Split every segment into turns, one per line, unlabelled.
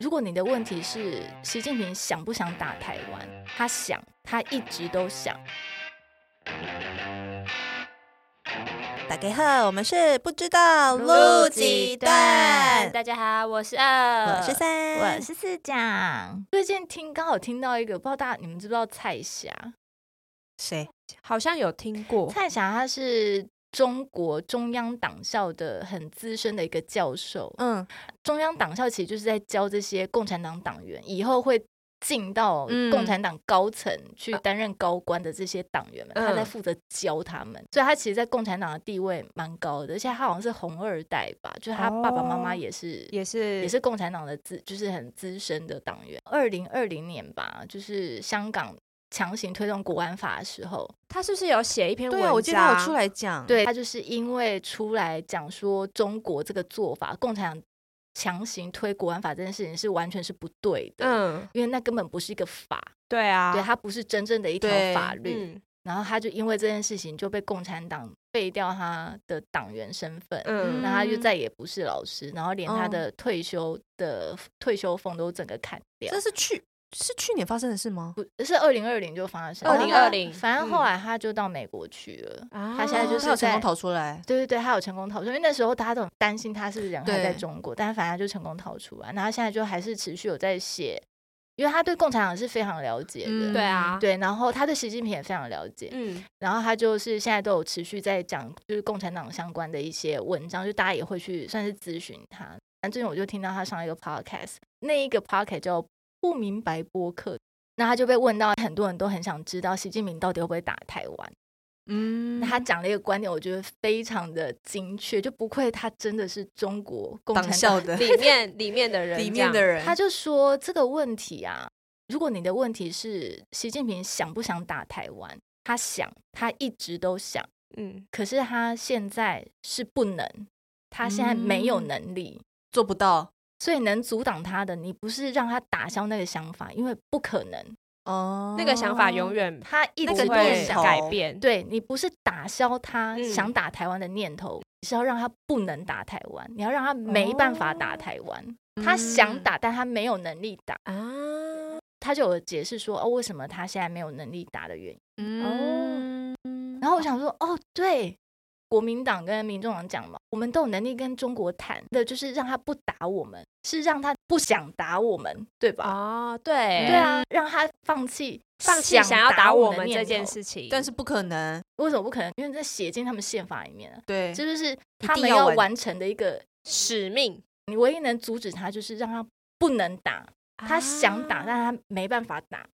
如果你的问题是习近平想不想打台湾，他想，他一直都想。
打给贺，我们是不知道
录
录
几
几
段
段。
大家好，我是二，
我是，三，
我是四讲。最近听刚好听到一个，不知道大家你们知不知道蔡霞？
谁？
好像有听
哦
过，
蔡霞她是中国中央党校的很资深的一个教授。
嗯
中央党校其实就是在教这些共产党党员以后会。进到
嗯啊
共产党高层去担任高官的这些党员们，
嗯
他在负责教他们，所以他其实，在共产党的地位蛮高的，而且他好像是红二代吧，就是他爸爸妈妈
哦
也是
也是
也是共产党的资，就是很资深的党员。二零二零年吧，就是香港强行推动国安法的时候，
他是不是有写一篇文
对
章？
啊，我记得我出来讲，，
对啊他就是因为出来讲说中国这个做法，共产党强行推国安法这件事情是完全是不对的。
嗯，
因为那根本不是一个法，
对啊，
对，它不是真正的一条
对
法律。
嗯
然后他就因为这件事情就被共产党废掉他的党员身份，
嗯
那他就再也不是老师，然后连他
哦
的退休的、退休俸都整个砍掉
这。是去是去年发生的事吗？
不是二零二零就发生，
2020
然后他反正后来他就到美国去了。
啊
他现在就是
他有成
在
功逃出来，
对对对，他有成功逃出，因为那时候大家都很担心他是不是人还
对
在中国，但反正他就成功逃出来。然后他现在就还是持续有在写，因为他对共产党是非常了解的，
嗯
对啊，，
对，然后他对习近平也非常了解，
嗯，
然后他就是现在都有持续在讲，就是共产党相关的一些文章，就大家也会去算是咨询他。但最近我就听到他上一个 podcast，那一个 podcast 叫“不明白播客”，那他就被问到，很多人都很想知道习近平到底会不会打台湾。
嗯
那他讲了一个观点，我觉得非常的精确，就不愧他真的是中国共
党
产
校
党
的
里面里面的人这样，
里面的人，
他就说这个问题啊，如果你的问题是习近平想不想打台湾，他想，他一直都想，
嗯，
可是他现在是不能，他现在没有
嗯
能力，
做不到
所以能阻挡他的，你不是让他打消那个想法，因为不可能，
哦，
那个想法永远
他一
那
直都
个
不
念
会
想
头。
改变，
对你不是打消他
嗯
想打台湾的念头，你是要让他不能打台湾，你要让他没办法打
哦
台湾。他
嗯
想打，但他没有能力打。
啊，
他就有解释说，哦，为什么他现在没有能力打的原因。
嗯，
然后我想说，哦，对，国民党跟民众党讲嘛，我们都有能力跟中国谈的，就是让他不打我们，是让他不想打我们，对吧？
哦，对，
对，啊，让他放弃
放弃想要
打
打我
们的
们
念
这件
头，
事情，
但是不可能，
为什么不可能？因为这写进他们宪法里面了，
对，
这就是他
定
们
要
要
完
完成的一个，
使命，
你唯一能阻止他就是让他不能打，他想打，
啊
但他没办法打。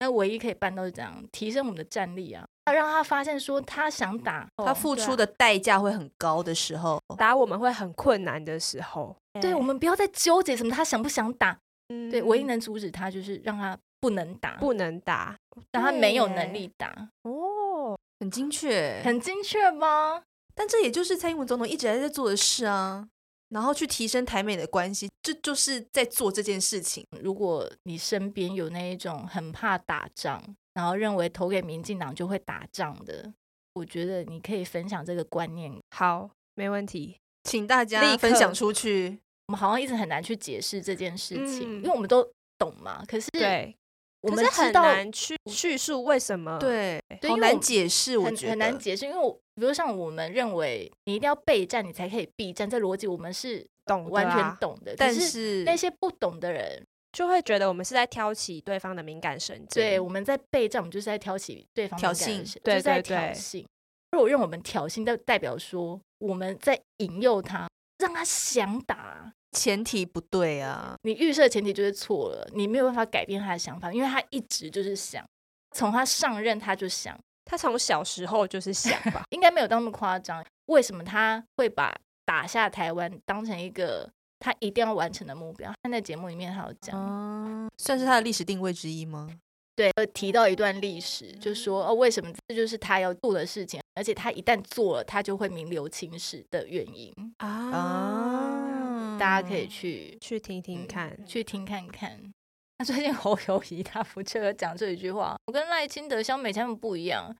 那唯一可以办到是这样，提升我们的战力啊，要让他发现说他想打，哦
他付
对啊
出的代价会很高的时候，
打我们会很困难的时候，
对我们不要再纠结什么他想不想打，
嗯
对，唯一能阻止他就是让他不能打，
不能打
让他没有
对耶
能力打，
哦，
很精确，
很精确吗？
但这也就是蔡英文总统一直在做的事啊，然后去提升台美的关系，这就是在做这件事情。
如果你身边有那一种很怕打仗，然后认为投给民进党就会打仗的，我觉得你可以分享这个观念。
好，没问题，
请大
立
家
刻
分享出去，
我们好像一直很难去解释这件事情，
嗯
因为我们都懂嘛。可是
对，
我
可
们
是
知
很
道
难去叙述为什么，
对，
对
好
因为我
难解释，我
很
觉得
很难解释，因为我比如像我们认为你一定要备战，你才可以避战，这逻辑我们是
懂的
完全
啊
懂的。
但
可是
是
那些不懂的人，
就会觉得我们是在挑起对方的敏感神经。
对我们在备战，我们就是在挑起对方的
挑
感
衅
受就是
对
在
对
挑
对
衅。如果用我们挑衅，代代表说我们在引诱他，让他想打。
前提不对啊，
你预设前提就是错了，你没有办法改变他的想法，因为他一直就是想，从他上任他就想。，
他从小时候就是想吧
应该没有到那么夸张。为什么他会把打下台湾当成一个他一定要完成的目标？他在节目里面他有讲，
嗯，算是他的历史定位之一吗？
对，呃提到一段历史，就说哦，为什么这就是他要做的事情，而且他一旦做了，他就会名留青史的原因。
啊，
大家可以去
去听听看。
去听看看。那最近 侯友谊他不就有讲这一句话？我跟赖清德、肖美他们不一样，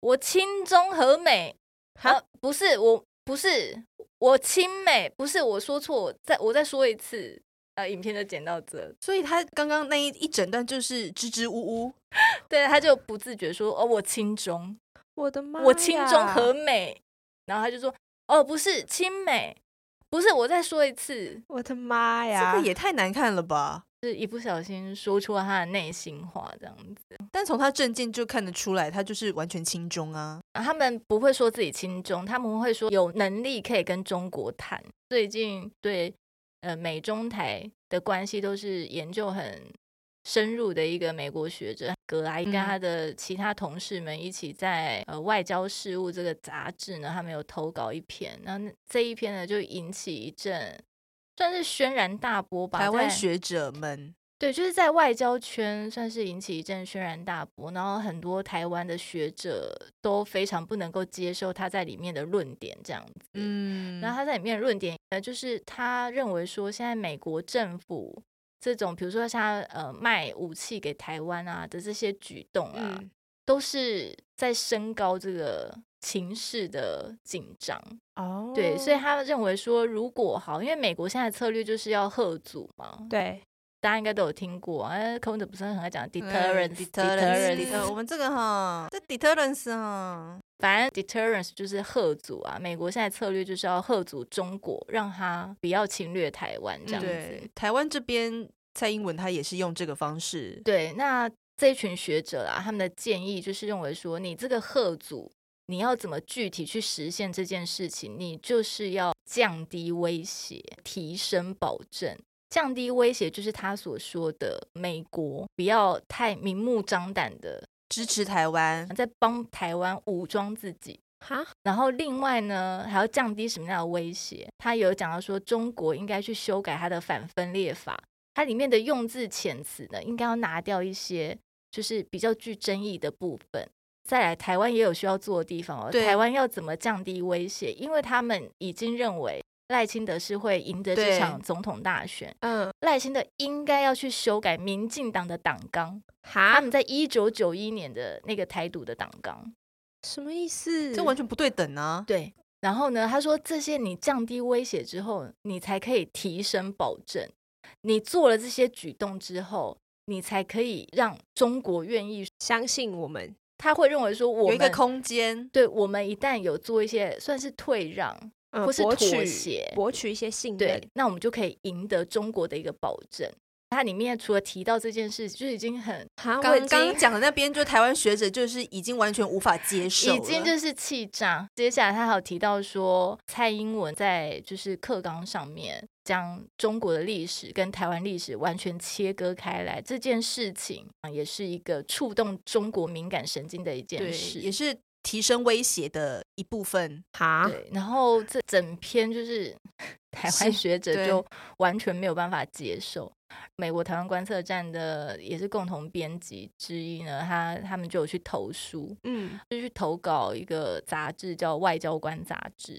我亲中和美，
哈
啊，不是我，不是我亲美，不是我说错，我再我再说一次，呃，影片就剪到这，
所以他刚刚那一一整段就是支支吾吾，
对，他就不自觉说：“哦，我亲中，
我的妈呀！
我亲中和美。”然后他就说：“哦，不是亲美，不是。”我再说一次，
我的妈
这
呀！
啊
个也太难看了吧？
就是一不小心说出了他的内心话，这样子。
但从他证件就看得出来，他就是完全亲中啊。
啊他们不会说自己亲中，他们会说有能力可以跟中国谈。最近对呃美中台的关系都是研究很深入的一个美国学者格莱跟
嗯
他的其他同事们一起在呃外交事务这个杂志呢，他们有投稿一篇，那那这一篇呢就引起一阵算是轩然大波吧，
台湾
在
学者们，
对，就是在外交圈算是引起一阵轩然大波，然后很多台湾的学者都非常不能够接受他在里面的论点这样子。
嗯，
然后他在里面的论点，呃，就是他认为说，现在美国政府这种，比如说像呃卖武器给台湾啊的这些举动啊，
嗯
都是在升高这个情势的紧张。
哦，
对，所以他认为说，如果好，因为美国现在的策略就是要贺阻嘛，
对
大家应该都有听过，哎，柯文哲不是很爱讲
嗯
deterrence，deterrence，
deterrence，我们呃这个
嗯
哈，这 deterrence 哈，
反正 deterrence 就是贺阻啊。美国现在策略就是要贺阻中国，让他不要侵略台湾这样子。
嗯对，台湾这边蔡英文他也是用这个方式，
对，那这一群学者啊，他们的建议就是认为说，你这个贺阻，你要怎么具体去实现这件事情？你就是要降低威胁，提升保证。降低威胁就是他所说的美国不要太明目张胆的
支持台湾，
在帮台湾武装自己。
哈，
然后另外呢，还要降低什么样的威胁？他有讲到说，中国应该去修改它的反分裂法，它里面的用字遣词呢，应该要拿掉一些就是比较具争议的部分。再来，台湾也有需要做的地方哦。
对
台湾要怎么降低威胁？因为他们已经认为赖清德是会赢得这
对
场总统大选，
嗯，
赖清德应该要去修改民进党的党纲，他
哈，
们在一九九一年的那个台独的党纲。
什么意思？
这完全不对等
嗯
啊。
对，然后呢，他说这些你降低威胁之后，你才可以提升保证。你做了这些举动之后，你才可以让中国愿意。
相信我们，
他会认为说我
有一个
们
空间，
对我们一旦有做一些算是退让，
嗯
或是
博
妥
取
协
博取一些信任
对，，那我们就可以赢得中国的一个保证。它里面除了提到这件事，就已经很
哈，我已
刚刚
经
讲的那边，就台湾学者就是已经完全无法接受了，
已经就是气炸。接下来他还有提到说，蔡英文在就是课纲上面将中国的历史跟台湾历史完全切割开来这件事情，啊也是一个触动中国敏感神经的一件
对，
事。
也是提升威胁的一部分。
哈，
对，然后这整篇就是台湾
是
学者
对
就完全没有办法接受。美国台湾观测站的也是共同编辑之一呢，他他们就有去投书，
嗯，
就去投稿一个杂志叫《外交官杂志》，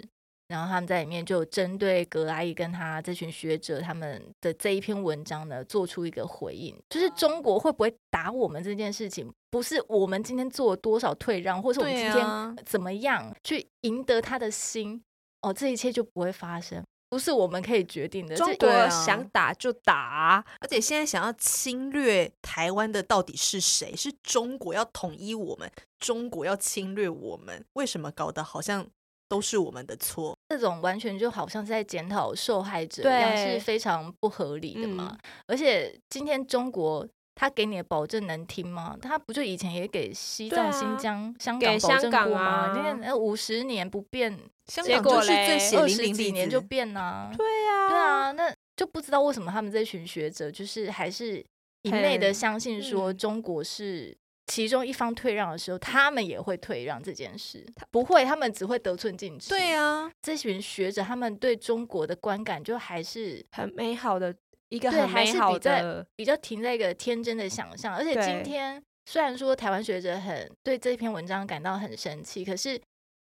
然后他们在里面就有针对葛阿姨跟他这群学者他们的这一篇文章呢，做出一个回应，
哦
就是中国会不会打我们这件事情，不是我们今天做了多少退让，或是我们
对
今
啊
天怎么样去赢得他的心，哦，这一切就不会发生，不是我们可以决定的。这
中
对
国
啊
想打就打，
而且现在想要侵略台湾的到底是谁？是中国要统一我们，中国要侵略我们，为什么搞得好像都是我们的错？
这种完全就好像是在检讨受害者一样，
对嗯
是非常不合理的嘛。而且今天中国他给你的保证能听吗？他不就以前也给西藏、
对啊
新疆、香
给
港保证
香港
过吗？
啊
你看，呃，五十年不变，
香
结
港
果
就是
嘞哦
最血
二
淋
十
淋
几
例
年
子
就变啦、
对啊，
对，啊，那就不知道为什么他们这群学者就是还是一昧的
很
相信说
嗯
中国是。其中一方退让的时候，他们也会退让这件事，不会，他们只会得寸进尺。
对啊，
这群学者他们对中国的观感就还是
很美好的一个
对
很
还
美
是
好
比在
的，
比较停在一个天真的想象。而且
对
今天虽然说台湾学者很对这篇文章感到很生气，可是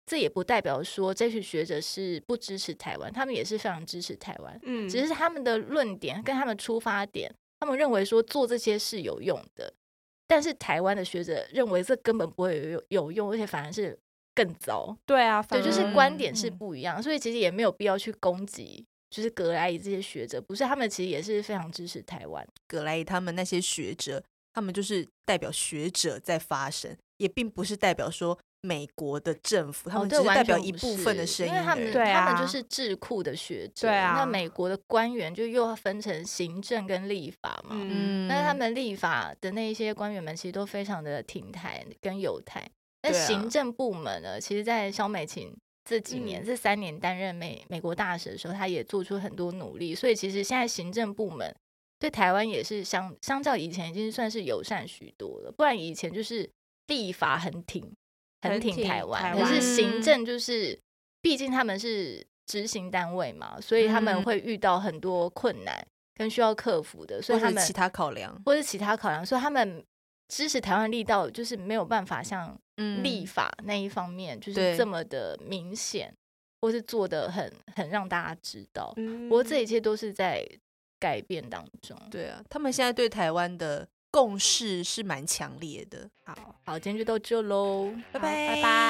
这也不代表说这群学者是不支持台湾，他们也是非常支持台湾，
嗯，
只是他们的论点跟他们出发点，他们认为说做这些是有用的，但是台湾的学者认为这根本不会有用有用，而且反而是更糟。
对啊，
对，
反
就是
而
观点是
嗯
不一样，所以其实也没有必要去攻击就是格莱伊这些学者，不是他们其实也是非常支持台湾。
葛莱伊他们那些学者，他们就是代表学者在发声，也并不是代表说美国的政府，他
哦
们只
对
是代
完
表
全
一
不
部
是
分的声音
因为他
而
们
已。
对
他们
啊
就是智库的学者，
对啊
那美国的官员就又分成行政跟立法嘛。
嗯，
嗯，
那他们立法的那一些官员们其实都非常的挺台跟友台。那
对啊
行政部门呢，其实，在肖美琴这几年、
嗯
这三年担任美美国大使的时候，他也做出很多努力。所以，其实现在行政部门对台湾也是相相较以前已经算是友善许多了。不然以前就是立法很挺，很
很
挺
挺
台湾，
台
可是
湾嗯
行政就是，毕竟他们是执行单位嘛，所以他们
嗯
会遇到很多困难跟需要克服的，所
或
以他
者
们
其他考量，
或是其他考量，所以他们支持台湾力道就是没有办法像
嗯
立法那一方面就是
对
这么的明显，或是做的很很让大家知道。
嗯
不过这一切都是在改变当中。
对啊，他们现在对台湾的共识是蛮强烈的。
好，
啊好，今天就到这喽。
拜
拜
拜
拜。